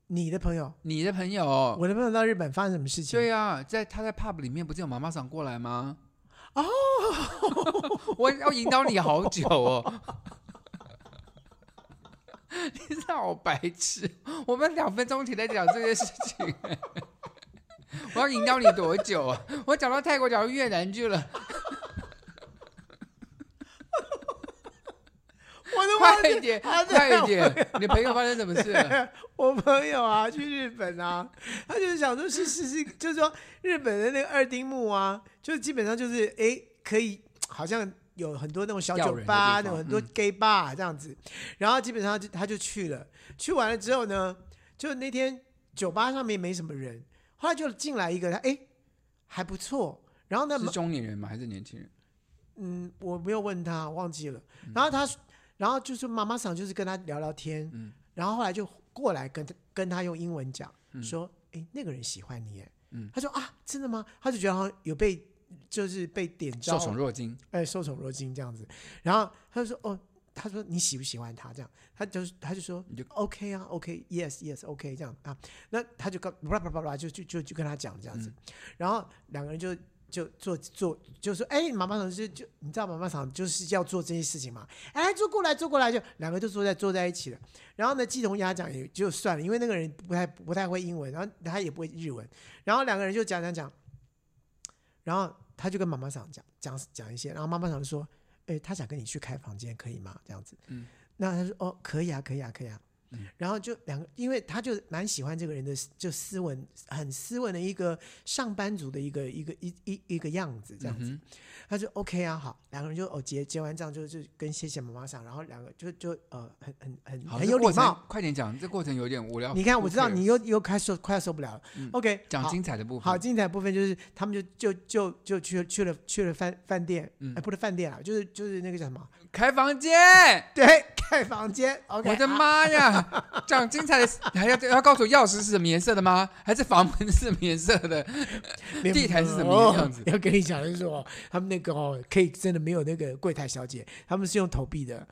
S1: 你的朋友，
S2: 你的朋友，
S1: 我的朋友到日本发生什么事情？
S2: 哦对啊，在他在 pub 里面不是有妈妈桑过来吗？哦， [LAUGHS] 我要引导你好久哦。
S1: [LAUGHS]
S2: 你真的好白痴！我们两分钟前在讲这件事情、 [LAUGHS] 我要引导你多久啊？我讲到泰国，讲到越南去了。
S1: 我都忘
S2: 快
S1: 记
S2: 一点，
S1: 他在
S2: 快
S1: [LAUGHS]
S2: 一点！你朋友发生什么事了？
S1: 我朋友啊，去日本啊， [LAUGHS] 他就是想说是是是，就是说日本的那个二丁目啊，就基本上就是哎，可以好像有很多那种小
S2: 吊
S1: 酒
S2: 人的
S1: 吧，
S2: 地
S1: 那
S2: 方
S1: 种很多
S2: 嗯
S1: gay bar 这样子，然后基本上就他就去了，去完了之后呢，就那天酒吧上面没什么人，后来就进来一个，他哎还不错，然后呢
S2: 是中年人吗？还是年轻人？
S1: 嗯，我没有问他，忘记了。然后他，然后就是妈妈桑，就是跟他聊聊天，
S2: 嗯
S1: 然后后来就过来跟他跟他用英文讲，说，哎，那个人喜欢你耶，
S2: 嗯
S1: 他说啊，真的吗？他就觉得好像有被就是被点
S2: 受
S1: 着，
S2: 宠若惊，
S1: 哎，受宠若惊这样子。然后他就说，哦，他说你喜不喜欢他这样？他就他就说
S2: 你就
S1: OK 啊，OK，yes yes，OK 这样啊。那他就跟叭叭叭叭就就就就跟他讲这样子，
S2: 嗯
S1: 然后两个人就。就做做就说，哎、妈妈厂就就你知道妈妈厂就是要做这些事情嘛，哎、坐过来坐过来，就两个就坐在坐在一起了。然后呢，鸡同鸭讲也就算了，因为那个人不太不太会英文，然后他也不会日文，然后两个人就讲讲讲，然后他就跟妈妈桑讲讲讲一些，然后妈妈桑就说：“哎、他想跟你去开房间，可以吗？”这样子，
S2: 嗯，
S1: 那他说：“哦，可以啊，可以啊，可以啊。然后就两个，因为他就蛮喜欢这个人的，就斯文，很斯文的一个上班族的一个一个一一一个样子这样子。
S2: 嗯
S1: 他就 OK 啊，好，两个人就哦结结完账就就跟谢谢妈妈桑，然后两个就就呃很很很
S2: 哼好
S1: 很有礼。
S2: 这过
S1: 貌。
S2: 程快点讲，这过程有点无聊。
S1: 你看，我知道
S2: Who
S1: 你
S2: cares？
S1: 又又快受快要受不了了。
S2: 嗯
S1: OK，
S2: 讲
S1: 好
S2: 精彩的部分。
S1: 好，精彩部分就是他们就就就就去去了去了饭饭店，哎、
S2: 嗯
S1: 不是饭店啦，就是就是那个叫什
S2: [LAUGHS]
S1: 么？
S2: 开房间，
S1: 对，开房间。OK，
S2: 我的
S1: 啊
S2: 妈呀！讲精彩的，还要要告诉我钥匙是什么颜色的吗？还是房门是什么颜色
S1: [LAUGHS]
S2: 的？
S1: 没有
S2: 地毯是什么
S1: 哦
S2: 样子
S1: 要跟你讲就是说，他们那个哦，可以真的没有那个柜台小姐，他们是用投币的，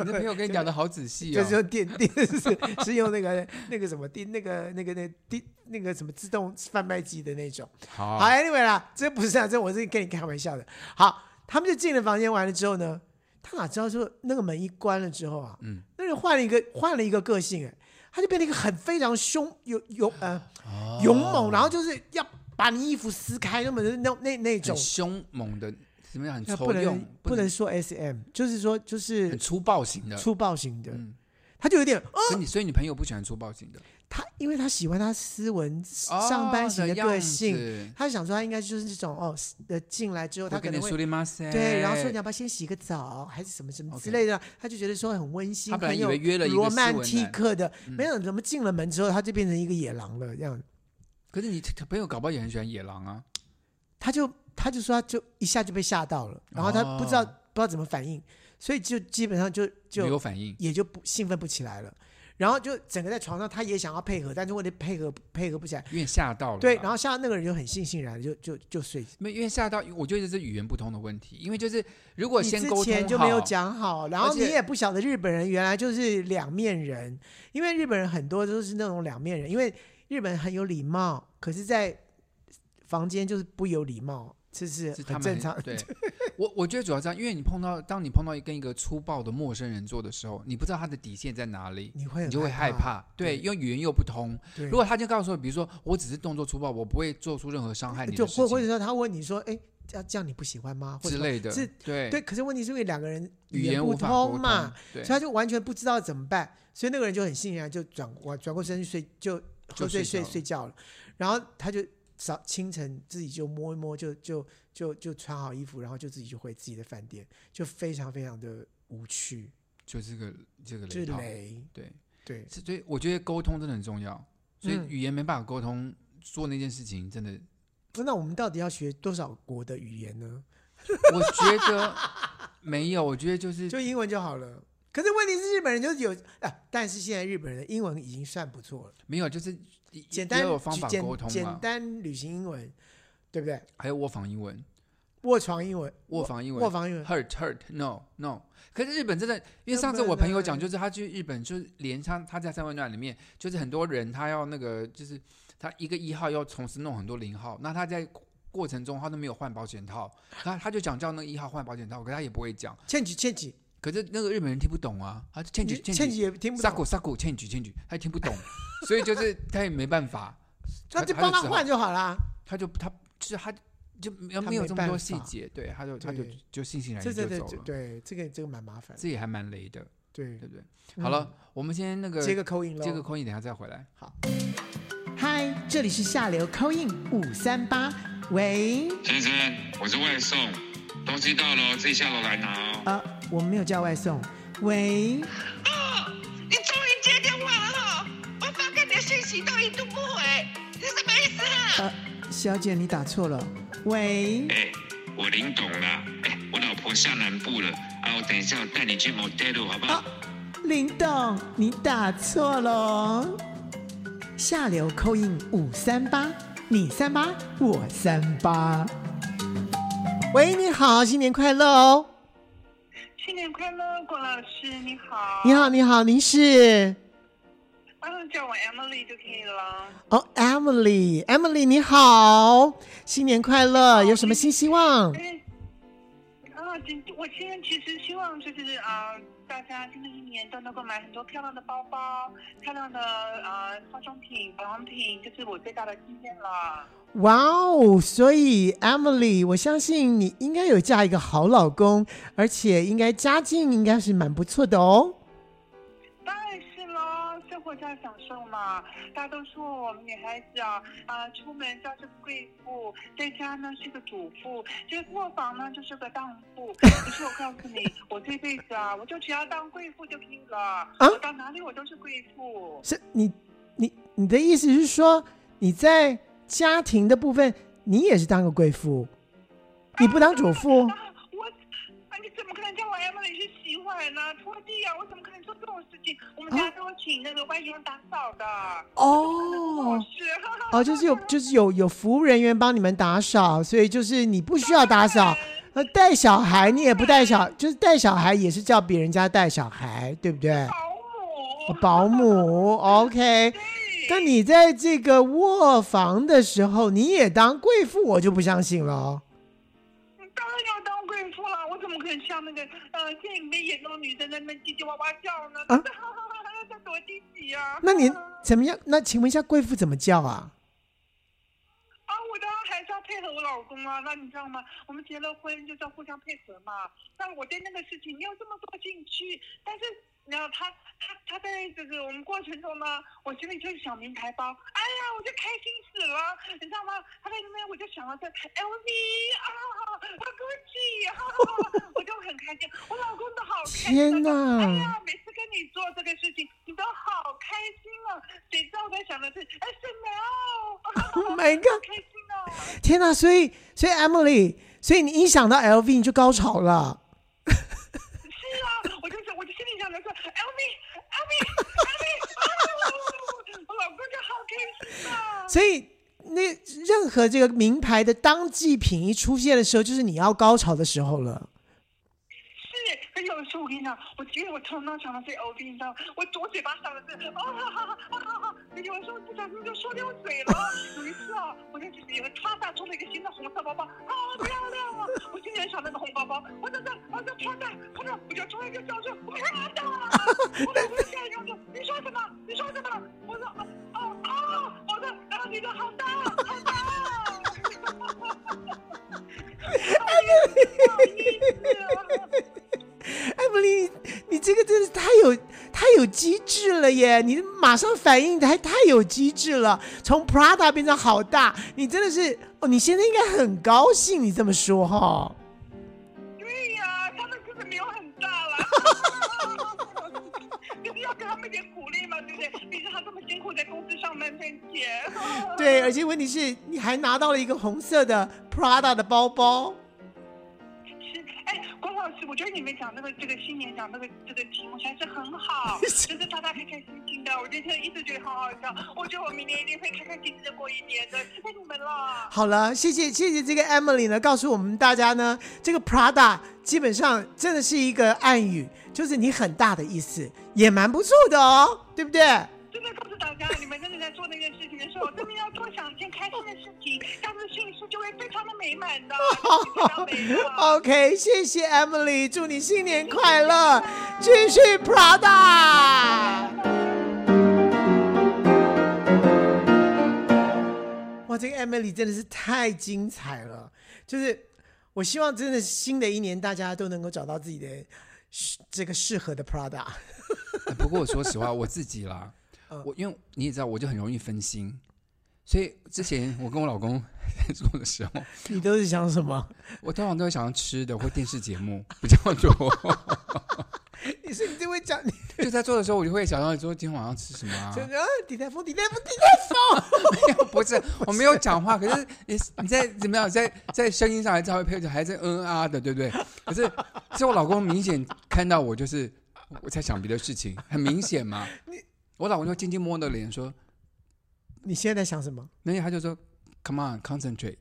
S2: 你的朋友跟你讲的好仔细
S1: 就
S2: 哦
S1: 是。用电电是 [LAUGHS] 是用那个那个什么电那个那个那电那个什么自动贩卖机的那种。
S2: 好
S1: 好，anyway 啦，这不是啊，这我是跟你开玩笑的。好，他们就进了房间完了之后呢，他哪知道说那个门一关了之后啊，
S2: 嗯，
S1: 那人换了一个换了一个个性，哎，他就变成一个很非常凶、有有呃
S2: 哦
S1: 勇猛，然后就是要把你衣服撕开，那么那那那种
S2: 很，凶猛的，什么样？很
S1: 那
S2: 抽
S1: 不
S2: 用
S1: 能，不能说 S M，就是说就
S2: 很
S1: 是
S2: 粗暴型的。
S1: 粗暴型的，
S2: 嗯，
S1: 他就有点哦，
S2: 所以你所以你朋友不喜欢粗暴型的，
S1: 他因为他喜欢他斯文
S2: 哦
S1: 上班型
S2: 的
S1: 个性，
S2: 样子。
S1: 他想说他应该就是这种哦，呃，进来之后他
S2: 他
S1: 可
S2: 跟
S1: 能
S2: 你
S1: 会
S2: 说。的吗？塞
S1: 对，然后说你要不要先洗个澡，还是什么什么
S2: OK
S1: 之类的，他就觉得说很温馨，
S2: 他本来
S1: 很有
S2: 以为约了一个
S1: 罗
S2: 斯
S1: 曼
S2: 文
S1: 蒂
S2: 男嗯
S1: 克的，没有怎么进了门之后，他就变成一个野狼了，这样，
S2: 可是你朋友搞不好也很喜欢野狼啊。
S1: 他就他就说他就一下就被吓到了，然后他不知道、
S2: 哦
S1: 不知道怎么反应，所以就基本上就
S2: 没有
S1: 就
S2: 反应，
S1: 也就不兴奋不起来了，然后就整个在床上他也想要配合，但是问题配合配合不起来，
S2: 因为吓到了啦。
S1: 对，然后像那个人就很悻悻然地就就就睡。
S2: 没有因为吓到，我觉得这是语言不通的问题。因为就是如果
S1: 你
S2: 先
S1: 之
S2: 沟通
S1: 前就没有
S2: 好，
S1: 讲好，然后
S2: 而
S1: 你
S2: 且
S1: 也不晓得日本人原来就是两面人，因为日本人很多都是那种两面人，因为日本人很有礼貌，可是，在房间就是不有礼貌，这是
S2: 是他
S1: 很
S2: 们
S1: 正常。
S2: 对， [LAUGHS] 我我觉得主要这样，因为你碰到当你碰到跟一个粗暴的陌生人做的时候，你不知道他的底线在哪里，
S1: 你会很
S2: 你就会害
S1: 怕。
S2: 怕。对，因为语言又不通。
S1: 对
S2: 如果他就告诉我，比如说我只是动作粗暴，我不会做出任何伤害你
S1: 就
S2: 的
S1: 或
S2: 事
S1: 或者
S2: 情
S1: 说他问你说，哎，这样这样你不喜欢吗？或者
S2: 之类的
S1: 是，
S2: 对
S1: 对，可是问题是因为两个人
S2: 语言
S1: 不
S2: 无法沟
S1: 通嘛，，
S2: 对
S1: 所以，他就完全不知道怎么办，所以那个人就很欣然就转过转过身去睡，就喝醉
S2: 睡
S1: 睡
S2: 着了
S1: 睡觉了。然后他就早清晨自己就摸一摸，就就就就穿好衣服，然后就自己就回自己的饭店，就非常非常的无趣，
S2: 就这个这个
S1: 就是
S2: 雷炮，
S1: 雷。
S2: 对，
S1: 对，
S2: 是所以我觉得沟通真的很重要，所以
S1: 嗯
S2: 语言没办法沟通，做那件事情真的
S1: 那我们到底要学多少国的语言呢？
S2: [LAUGHS] 我觉得没有，我觉得就是
S1: 就英文就好了。可是问题是日本人就是有啊，但是现在日本人的英文已经算不错了，
S2: 没有，就是也
S1: 简单
S2: 也有方法
S1: 简
S2: 沟通啊
S1: 简
S2: 嘛，
S1: 单旅行英文，对不对？
S2: 还有卧房英文，
S1: 卧床英文，
S2: 卧房英
S1: 卧
S2: 文
S1: 房英文，
S2: ，hurt hurt no no。可是日本真的，因为上次
S1: 日本
S2: 我朋友讲，
S1: 人
S2: 就是他去日本，就是连他他在三温暖里面，就是很多人他要那个，就是他一个一号要同时弄很多零号，那他在。过程中他都没有换保险套，他他就讲叫那个一号换保险套，可是他也不会讲，
S1: 欠几欠几，
S2: 可是那个日本人听不懂啊，他就
S1: 倩
S2: 欠举欠
S1: 倩
S2: 举
S1: 姐也听不
S2: 萨古
S1: 懂，
S2: 萨古欠举欠举，他也听不
S1: [LAUGHS]
S2: 懂，所以就是他也没办法，
S1: 那就
S2: 他
S1: 帮他
S2: 只好
S1: 换就好啦。
S2: 他就他就是他就没有
S1: 他
S2: 没有
S1: 没
S2: 这么多
S1: 办
S2: 细
S1: 法
S2: 节，对，他就他就
S1: 对
S2: 就悻悻然
S1: 这
S2: 地
S1: 这
S2: 哎就
S1: 这
S2: 走
S1: 这
S2: 了，
S1: 对这个这个蛮麻烦的，
S2: 这也还蛮雷的，
S1: 对
S2: 对。不对？好了，我们先那个
S1: 嗯接个口音喽。
S2: 接个空音，等一下再回来。
S1: 嗨，这里是下流 c a in 五三八，喂，
S3: 先生，我是外送，东西到了哦，自己下楼来拿哦。
S1: 啊，我们没有叫外送。喂，
S4: 哦，你终于接电话了哈、我发给你的信息都一度不回，你什么意思啊？
S1: 呃，小姐你打错了。喂，
S3: 哎，我林董啦，哎，我老婆下南部了，啊，我等一下我带你去 motel 好不好？
S1: 啊，林董，你打错了哦。下流扣印五三八，你三八，我三八。喂，你好，新年快乐哦！
S4: 新年快乐，郭老师，你好。
S1: 你好，你好，您是
S4: 啊，叫我 Emily 就可以了。
S1: 哦，Emily，Emily 你好，新年快乐，有什么新希望？
S4: 哎，啊，今我今天其实希望就是啊、呃大家新的一年都能够买很多漂亮的包包、漂亮的呃化妆品、保养品，这是我最大的心愿了。
S1: 哇哦！所以 Emily，我相信你应该有嫁一个好老公，而且应该家境应该是蛮不错的哦。
S4: 当然是喽，生活就要享受嘛。大家都说我们女孩子啊，啊、出门叫是贵妇，在家呢是个主妇，这个卧房呢就是个荡妇。
S1: [LAUGHS]
S4: 可是我告诉你，我这辈子啊，我就只要当贵妇就可以了。
S1: 啊
S4: 我到哪里我都是贵妇。
S1: 是你你你的意思是说你在家庭的部分，你也是当个贵妇，你不当主妇？
S4: 啊，我啊，你怎么可能叫我 Emily 去洗碗呢、拖地啊？我怎么可能做这种事情？我们
S1: 啊
S4: 家都请那个外佣打扫的。
S1: 哦
S4: 是。
S1: 哦，就是有就是有有服务人员帮你们打扫，所以就是啊你不需要打扫。那带小孩你也不带小，就是带小孩也是叫别人家带小孩，对不对？
S4: 保姆。
S1: 哦保姆，OK。那你在这个卧房的时候，你也当贵妇，我就不相信了哦。
S4: 你当然要当贵妇了，我怎么可能像那个呃电影里面演那种女生在那边叽叽哇哇叫呢？
S1: 啊
S4: 哈哈哈哈， [LAUGHS] 这多低级啊！
S1: 那你
S4: 啊，
S1: 怎么样？那请问一下，贵妇怎么叫啊？
S4: 啊我当然还是要配合我老公啊。那你知道吗？我们结了婚就是要互相配合嘛。那我对那个事情没有这么多兴趣，但是你知道他他他在这个我们过程中呢，我心里就是想名牌包，哎呀，我就开心死了，你知道吗？他在那边我就想到这 LV 啊，啊 GUCCI 啊，我就很开心，我老公都好开心，
S1: 天
S4: 哪！
S1: 哪
S4: 哎呀，每次跟你做这个事情，你都好开心啊！谁知道我在想的是，哎，是没有
S1: Oh my god
S4: 开心哦！
S1: 天哪！所以，所以 Emily，所以你一想到 LV 你就高潮了。
S4: 是啊，我就是，我就心里想着说，LV，LV，LV，我老公就好开心啊！
S1: 所以，那任何这个名牌的当季品一出现的时候，就是你要高潮的时候了。
S4: 是，可有时候哎我跟你讲，我其实我头脑想的是 LV，你知道吗？我我嘴巴想的是，哦，好好好好好好，有时候不小心就说溜嘴了。有一次啊，我在里面啪嗒出了一个新的红色包包，好漂亮啊！我今年想那个红包包，我在这，我在啪嗒啪嗒，我就出了一个教授，我啪嗒，我老公吓一跳说，你说什么？你说什么？我说，哦哦哦，我说，然后你说好大好大。不好意思啊。
S1: Emily，你这个真是太有太有机智了耶！你马上反应还太有机智了，从 Prada 变成好大，你真的是哦！你现在应该很高兴，你这么说哈、
S4: 对呀、他们真的没有很大了，就是要给他们一点鼓励嘛，对不对？毕竟他这么辛苦在公司上班挣钱。
S1: 对，而且问题是你还拿到了一个红色的 Prada 的包包。
S4: 是，哎，郭老师，我觉得你们讲这个这个新年讲这个这个题目还是很好，就是大家开开心心的。我今天一直觉得很好笑，我觉得我明年一定会开开心心的过一年的，谢谢你们了。
S1: 好了，谢谢谢谢这个 Emily 呢，告诉我们大家呢，这个 Prada 基本上真的是一个暗语，就是你很大的意思，也蛮不错的哦，对不对？
S4: 真的告诉大家，你们真的在做那件事情的时候，真的要多想一件开心的事情，这样子心事就会非常的美满的，非常美的。
S1: OK，谢谢 Emily，祝你新年快乐，继续 Prada。哇，这个 Emily 真的是太精彩了，就是我希望真的新的一年大家都能够找到自己的适这个适合的 Prada。 [LAUGHS]
S2: 呃哎不过我说实话，我自己啦，
S1: 嗯
S2: 我因为你也知道，我就很容易分心，所以之前我跟我老公 [LAUGHS] 在做的时候，
S1: 你都是想什么？
S2: 我通常都会想要吃的或电视节目比较
S1: [LAUGHS]
S2: 多。
S1: 你是你就会讲，你
S2: 就在做的时候，我就会想到说今天晚上吃什么、啊
S1: 就。啊，底台风，底台风，底台
S2: 没有， [LAUGHS] 不是，我没有讲话，可是你你在怎么样，在在声音上还稍微配合，还在嗯啊的，对不对？可是，是我老公明显看到我就是我在想别的事情，很明
S1: [LAUGHS]
S2: 显嘛。我老公就轻轻摸我的脸说，
S1: 风。你现在在想什么？
S2: 那他就说，Come
S1: [LAUGHS]
S2: on, concentrate。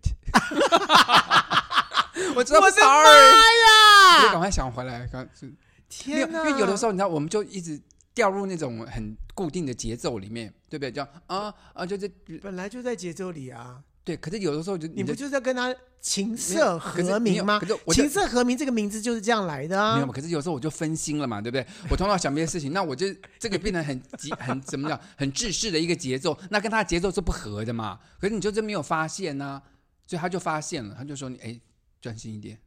S2: 我知道
S1: 我的妈
S2: ，sorry，就
S1: 呀！
S2: 赶快想回来，赶快没有，
S1: 天
S2: 因
S1: 哪！
S2: 为有的时候你知道，我们就一直掉入那种很固定的节奏里面，对不对？叫啊啊，就是
S1: 本来就在节奏里啊，
S2: 对。可是有的时候就
S1: 你
S2: 就
S1: 不就是要跟他琴瑟和鸣吗
S2: 可是没有可是？我就
S1: 琴瑟和鸣这个名字就是这样来的
S2: 没有
S1: 啊
S2: 嘛？。可是有时候我就分心了嘛，对不 [LAUGHS] 对？我头脑想别的事情，那我就这个变得很急、很怎么讲、很制式的一个节奏，那跟他的节奏是不合的嘛。可是你就是没有发现呐、所以他就发现了，他就说你哎，专心一点。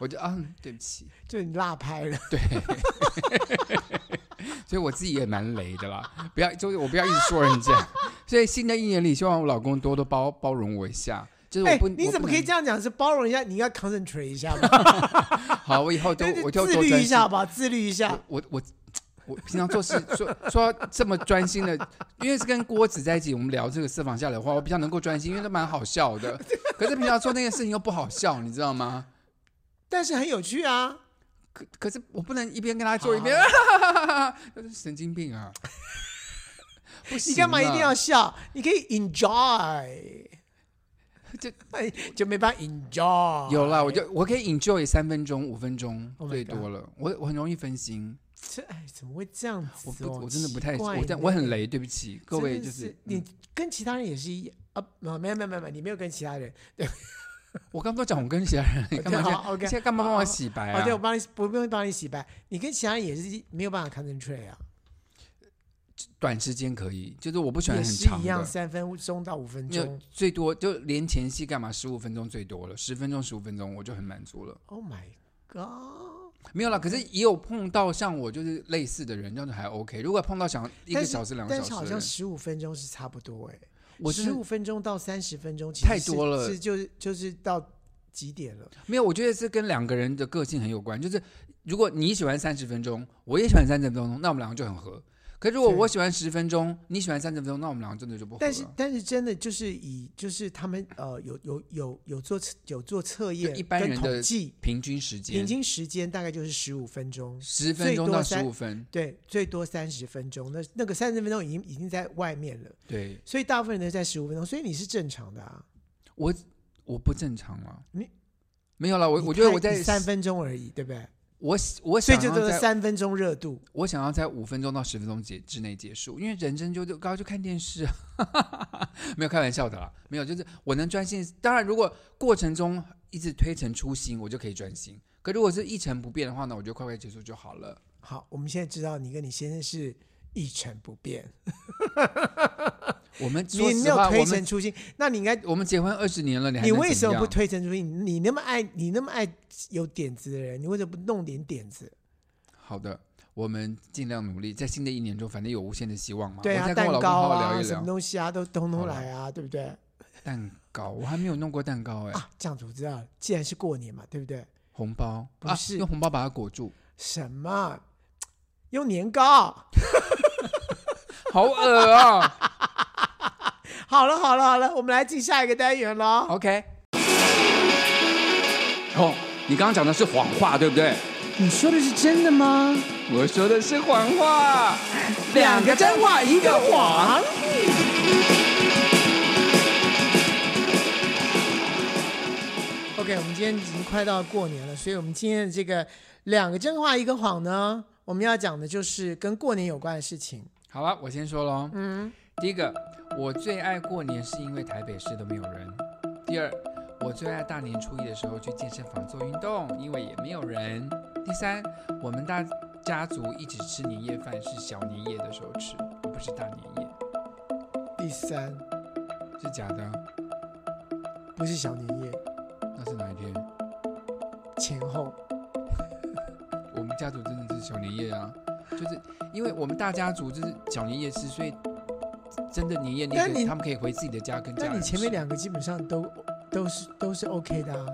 S2: 我就啊， [LAUGHS] 对不起，
S1: 就你落拍了，
S2: 对，所以我自己也蛮雷的啦。不要，就是我不要一直说人家。所以新的一年里，希望我老公多多包包容我一下。就是
S1: 哎
S2: 我不，，
S1: 你
S2: 我
S1: 怎
S2: 不
S1: 么可以
S2: 能
S1: 这样讲？是包容一下，你要 concentrate 一下嘛，
S2: 好？我以后
S1: [LAUGHS]
S2: 都我就
S1: 自
S2: 多
S1: 律
S2: 专
S1: 一
S2: 心
S1: 下吧，自律一下。
S2: 我我我平常做事说说到这么专心的，因为是跟郭子在一起，我们聊这个私房下的话，我比较能够专心，因为都蛮好笑的。可是平常做那件事情又不好笑，你知道吗？
S1: 但是很有趣啊，
S2: 可可是我不能一边跟他做一 [LAUGHS] 边，神经病啊！不行啊，
S1: 你干嘛一定要笑？你可以 enjoy，
S2: 就
S1: 哎，就没办法 enjoy。
S2: 有啦，我就我可以 enjoy 三分钟、五分钟
S1: Oh my
S2: 最多了。我我很容易分心，
S1: 这哎，怎么会这样子
S2: 我
S1: 哦、
S2: 不我真的不太，
S1: 奇怪
S2: 我但
S1: 呢
S2: 我很雷，对不起各位，
S1: 真的
S2: 就是嗯是
S1: 你跟其他人也是一样啊，没有没有没有，没有你没有跟其他人。
S2: 我刚都讲我跟其他人，
S1: [LAUGHS]
S2: 你干嘛
S1: 好
S2: 现在
S1: ，OK
S2: 现在干嘛帮我洗白
S1: 哦，
S2: 啊
S1: 对，？我帮你，我不用帮你洗白，你跟其他人也是一没有办法 concentrate 啊，
S2: 短时间可以，就是我不喜欢
S1: 也
S2: 很
S1: 是
S2: 长
S1: 一样，
S2: 的，
S1: 三分钟到五分
S2: 没有
S1: 钟。
S2: 最多就连前戏干嘛十五分钟最多了，十分钟十五分钟我就很满足了。
S1: Oh my god！
S2: 没有啦，可是也有碰到像我就是类似的人，那就还 OK。如果碰到想一个
S1: 但是
S2: 小时两个
S1: 但
S2: 小
S1: 是
S2: 时
S1: 好
S2: 的
S1: 像
S2: 人，
S1: 十五分钟是差不多哎、
S2: 我真
S1: 十
S2: 的
S1: 五分钟到三十分钟其实
S2: 太
S1: 是
S2: 多了
S1: 是就是就是到几点了？
S2: 没有，我觉得是跟两个人的个性很有关。就是如果你喜欢三十分钟，我也喜欢三十分钟，那我们两个就很合。可如果
S1: 对
S2: 我喜欢十分钟，你喜欢三十分钟，那我们两个真的就不合了。
S1: 但是但是真的就是以就是他们呃有有有有做有做测验
S2: 一般
S1: 跟
S2: 人
S1: 统
S2: 的
S1: 计
S2: 平均时间，
S1: 平均时间大概就是十五分钟，
S2: 十分钟
S1: 最
S2: 到
S1: 多
S2: 十
S1: 三
S2: 五分，
S1: 对，最多三十分钟。那那个三十分钟已经已经在外面了，
S2: 对
S1: 所以大部分人都在十五分钟，所以你是正常的啊。
S2: 我我不正常了。
S1: 你
S2: 没有了，我
S1: 你
S2: 我觉得
S1: 太
S2: 我在
S1: 你三分钟而已，对不对？
S2: 我我
S1: 所以
S2: 想
S1: 就
S2: 要
S1: 得
S2: 在
S1: 三分钟热度。
S2: 我想要在五分钟到十分钟结之内结束，因为人生就就刚刚就看电视， [LAUGHS] 没有开玩笑的啦，没有，就是我能专心。当然，如果过程中一直推陈出新，我就可以专心。可如果是一成不变的话呢，我就快快结束就好了。
S1: 好，我们现在知道你跟你先生是一成不变，
S2: 我们
S1: 你
S2: 说
S1: 没
S2: 实
S1: 有
S2: 话，
S1: 推
S2: 我
S1: 陈
S2: 们
S1: 出新。那你应该，
S2: 我们结婚二十年了，你还
S1: 你
S2: 能
S1: 为
S2: 怎
S1: 什么
S2: 样
S1: 不？推陈出新？你那么爱，你那么爱有点子的人，你为什么不弄点点子？
S2: 好的，我们尽量努力，在新的一年中，反正有无限的希望嘛。
S1: 对
S2: 我
S1: 啊，
S2: 再跟
S1: 蛋
S2: 我老公
S1: 糕
S2: 好好聊
S1: 啊，
S2: 一
S1: 什么
S2: 聊。
S1: 东西啊，都通通来啊，对不对？
S2: 蛋糕，我还没有弄过蛋糕哎、
S1: 啊，这样子我知道了，既然是过年嘛，对不对？
S2: 红包
S1: 不
S2: 啊
S1: 是
S2: 用红包把它裹住，
S1: 什么？用年糕？
S2: 好恶啊、 [LAUGHS]
S1: 好了好了好了，我们来进下一个单元喽。
S2: OK。哦，你刚刚讲的是谎话，对不对？
S1: 你说的是真的吗？
S2: 我说的是谎话，两个真话，一个谎。
S1: OK，我们今天已经快到过年了，所以我们今天的这个两个真话一个谎呢，我们要讲的就是跟过年有关的事情。
S2: 好了，我先说喽。嗯，第一个，我最爱过年是因为台北市都没有人。第二，我最爱大年初一的时候去健身房做运动，因为也没有人。第三，我们大家族一起吃年夜饭是小年夜的时候吃，不是大年夜，
S1: 第三，
S2: 是假的。
S1: 不是小年夜
S2: 那是哪一天？
S1: 前后，
S2: 我们家族真的是小年夜啊，就是因为我们大家族就是小年夜吃，所以真的你也你
S1: 但你
S2: 给他们可以回自己的家跟家
S1: 那
S2: 人
S1: 你前面
S2: 吃
S1: 两个基本上都都是都是 OK 的啊。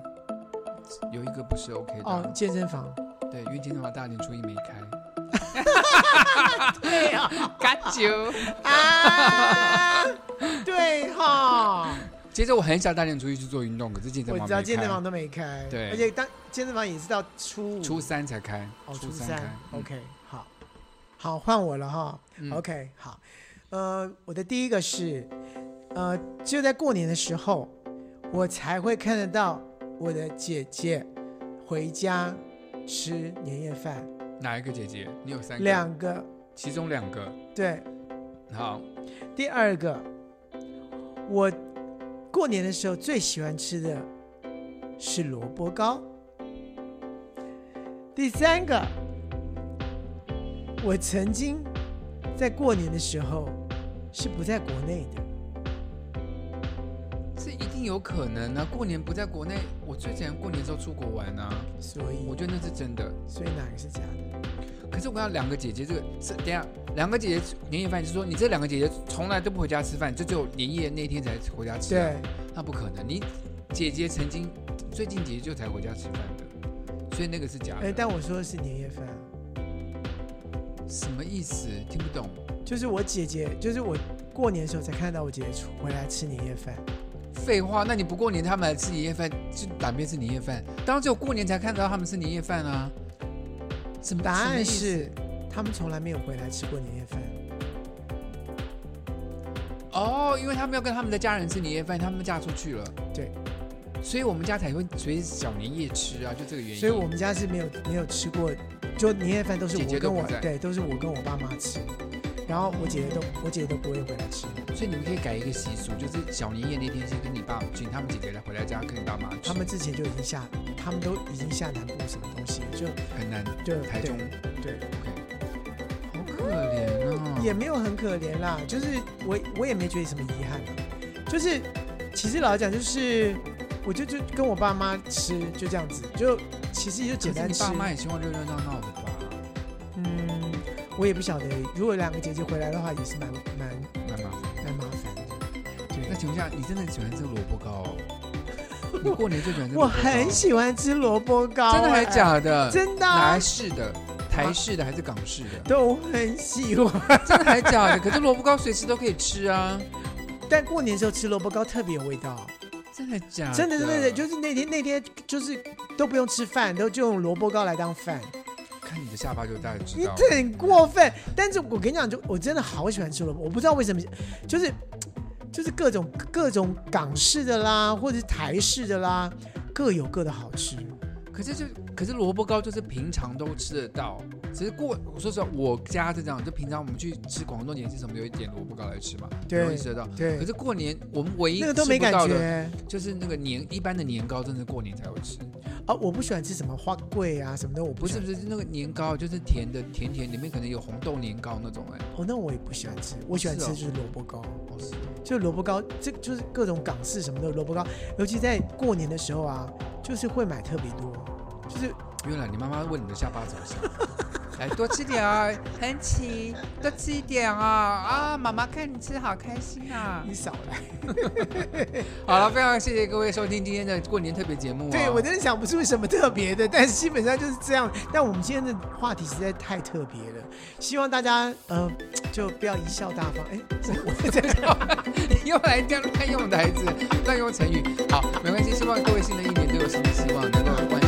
S2: 有一个不是 OK 的啊，
S1: 哦，健身房，
S2: 对，因为今天晚大年初一没开，
S1: 对啊，
S2: 干酒。
S1: 啊，对哈，
S2: 其实我很想大年初一去做运动，可是健身
S1: 我
S2: 房
S1: 知道
S2: 没
S1: 健身
S2: 开
S1: 房都没开，
S2: 对
S1: 而且当健身房也是到初五，
S2: 初三才开，
S1: 哦，初
S2: 三开
S1: 三。
S2: 嗯
S1: ，OK，好，好，换我了哈
S2: 嗯
S1: ，OK，好，呃，我的第一个是，呃，只有在过年的时候，我才会看得到我的姐姐回家吃年夜饭，
S2: 哪一个姐姐？你有三个，
S1: 两个，
S2: 其中两个。
S1: 对，
S2: 好，
S1: 第二个，我过年的时候最喜欢吃的是萝卜糕。第三个，我曾经在过年的时候是不在国内的。
S2: 这一定有可能啊！过年不在国内，我最喜欢过年的时候出国玩啊，
S1: 所
S2: 我
S1: 以，
S2: 觉得那是真的。
S1: 所以哪个是假的？
S2: 可是我要两个姐姐，这个这等一下两个姐姐年夜饭，就是说你这两个姐姐从来都不回家吃饭，就只有年夜那天才回家吃、啊。
S1: 对，
S2: 那不可能。你姐姐曾经最近姐姐就才回家吃饭的，所以那个是假的。
S1: 哎，但我说的是年夜饭啊，
S2: 什么意思？听不懂。
S1: 就是我姐姐，就是我过年的时候才看到我姐姐出回来吃年夜饭。
S2: 废话，那你不过年他们来吃年夜饭，就哪边吃年夜饭？当然只有过年才看得到他们吃年夜饭啊。什么
S1: 答案？
S2: 什么意思
S1: 是，他们从来没有回来吃过年夜饭。
S2: 哦，因为他们要跟他们的家人吃年夜饭，他们嫁出去了，
S1: 对，
S2: 所以我们家才会随小年夜吃啊，就这个原因。
S1: 所以我们家是没有没有吃过，就年夜饭都是
S2: 姐姐
S1: 我
S2: 都
S1: 跟我
S2: 不在
S1: 对，都是我跟我爸妈吃，然后我姐姐都我姐姐都不会回来吃，
S2: 所以你们可以改一个习俗，就是小年夜那天先跟你爸请他们姐姐来回来家跟你爸妈吃。
S1: 他们之前就已经下，他们都已经下南部什么东西了，就
S2: 很难，
S1: 就
S2: 台中，
S1: 对对，
S2: 好可怜哦。
S1: 也没有很可怜啦，就是我我也没觉得什么遗憾啊，就是其实老实讲就是。我就就跟我爸妈吃，就这样子，就其实就
S2: 可
S1: 简
S2: 是
S1: 单
S2: 你
S1: 吃。
S2: 爸妈也希望热热闹闹的吧？
S1: 嗯，我也不晓得，如果两个姐姐回来的话，也是蛮蛮
S2: 蛮麻烦。
S1: 蛮麻烦的。对，
S2: 那请问一下，你真的很喜欢吃萝卜糕、哦？你过年最喜欢吃
S1: 我
S2: 萝卜糕
S1: 很喜欢吃萝卜糕，
S2: 真的还
S1: 哎
S2: 是？假的？
S1: 真的啊
S2: 哪式的？台式的还是港式的？
S1: 对，我很喜欢。
S2: 真的还假的？可是萝卜糕随时都可以吃啊！
S1: 但过年的时候吃萝卜糕特别有味道，
S2: 真的假的？
S1: 真的真的真
S2: 啊
S1: 的，就是那天那天就是都不用吃饭，都就用萝卜糕来当饭，
S2: 看你的下巴就大概知
S1: 你
S2: 道。
S1: 这很过分。但是我跟你讲，就我真的好喜欢吃萝卜，我不知道为什么，就是就是各种各种港式的啦，或者是台式的啦，各有各的好吃。
S2: 可是就可是萝卜糕就是平常都吃得到，只是过我说实话，我家是这样，就平常我们去吃广东年是什么，有一点萝卜糕来吃嘛，
S1: 对
S2: 容易吃得到。
S1: 对
S2: 可是过年我们唯一
S1: 那个都没
S2: 吃不
S1: 感
S2: 到的
S1: 觉
S2: 就是那个年一般的年糕，真的过年才会吃。
S1: 啊！我不喜欢吃什么花桂啊什么的，我
S2: 不
S1: 不喜
S2: 是
S1: 欢
S2: 不是，那个年糕就是甜的，甜甜，里面可能有红豆年糕那种哎、
S1: 哦，那我也不喜欢吃，我喜欢吃
S2: 是哦
S1: 就是萝卜糕。
S2: 哦，是
S1: 就萝卜糕，这就是各种港式什么的萝卜糕，尤其在过年的时候啊，就是会买特别多，就是
S2: 原来你妈妈问你的下巴
S1: [LAUGHS]
S2: 怎么想？来多吃点啊，恒奇，多吃一点啊啊！妈妈看你吃好开心啊！
S1: 你少来。
S2: 好了，非常谢谢各位收听今天的过年特别节目、啊。
S1: 对我真的想不出什么特别的，但是基本上就是这样。但我们今天的话题实在太特别了，希望大家呃就不要贻笑大方。哎，这我
S2: [LAUGHS]
S1: 在
S2: 你 [LAUGHS] 又来这样乱用台词，乱用成语。好，没关系，希望各位新的一年都有新的希望，能够完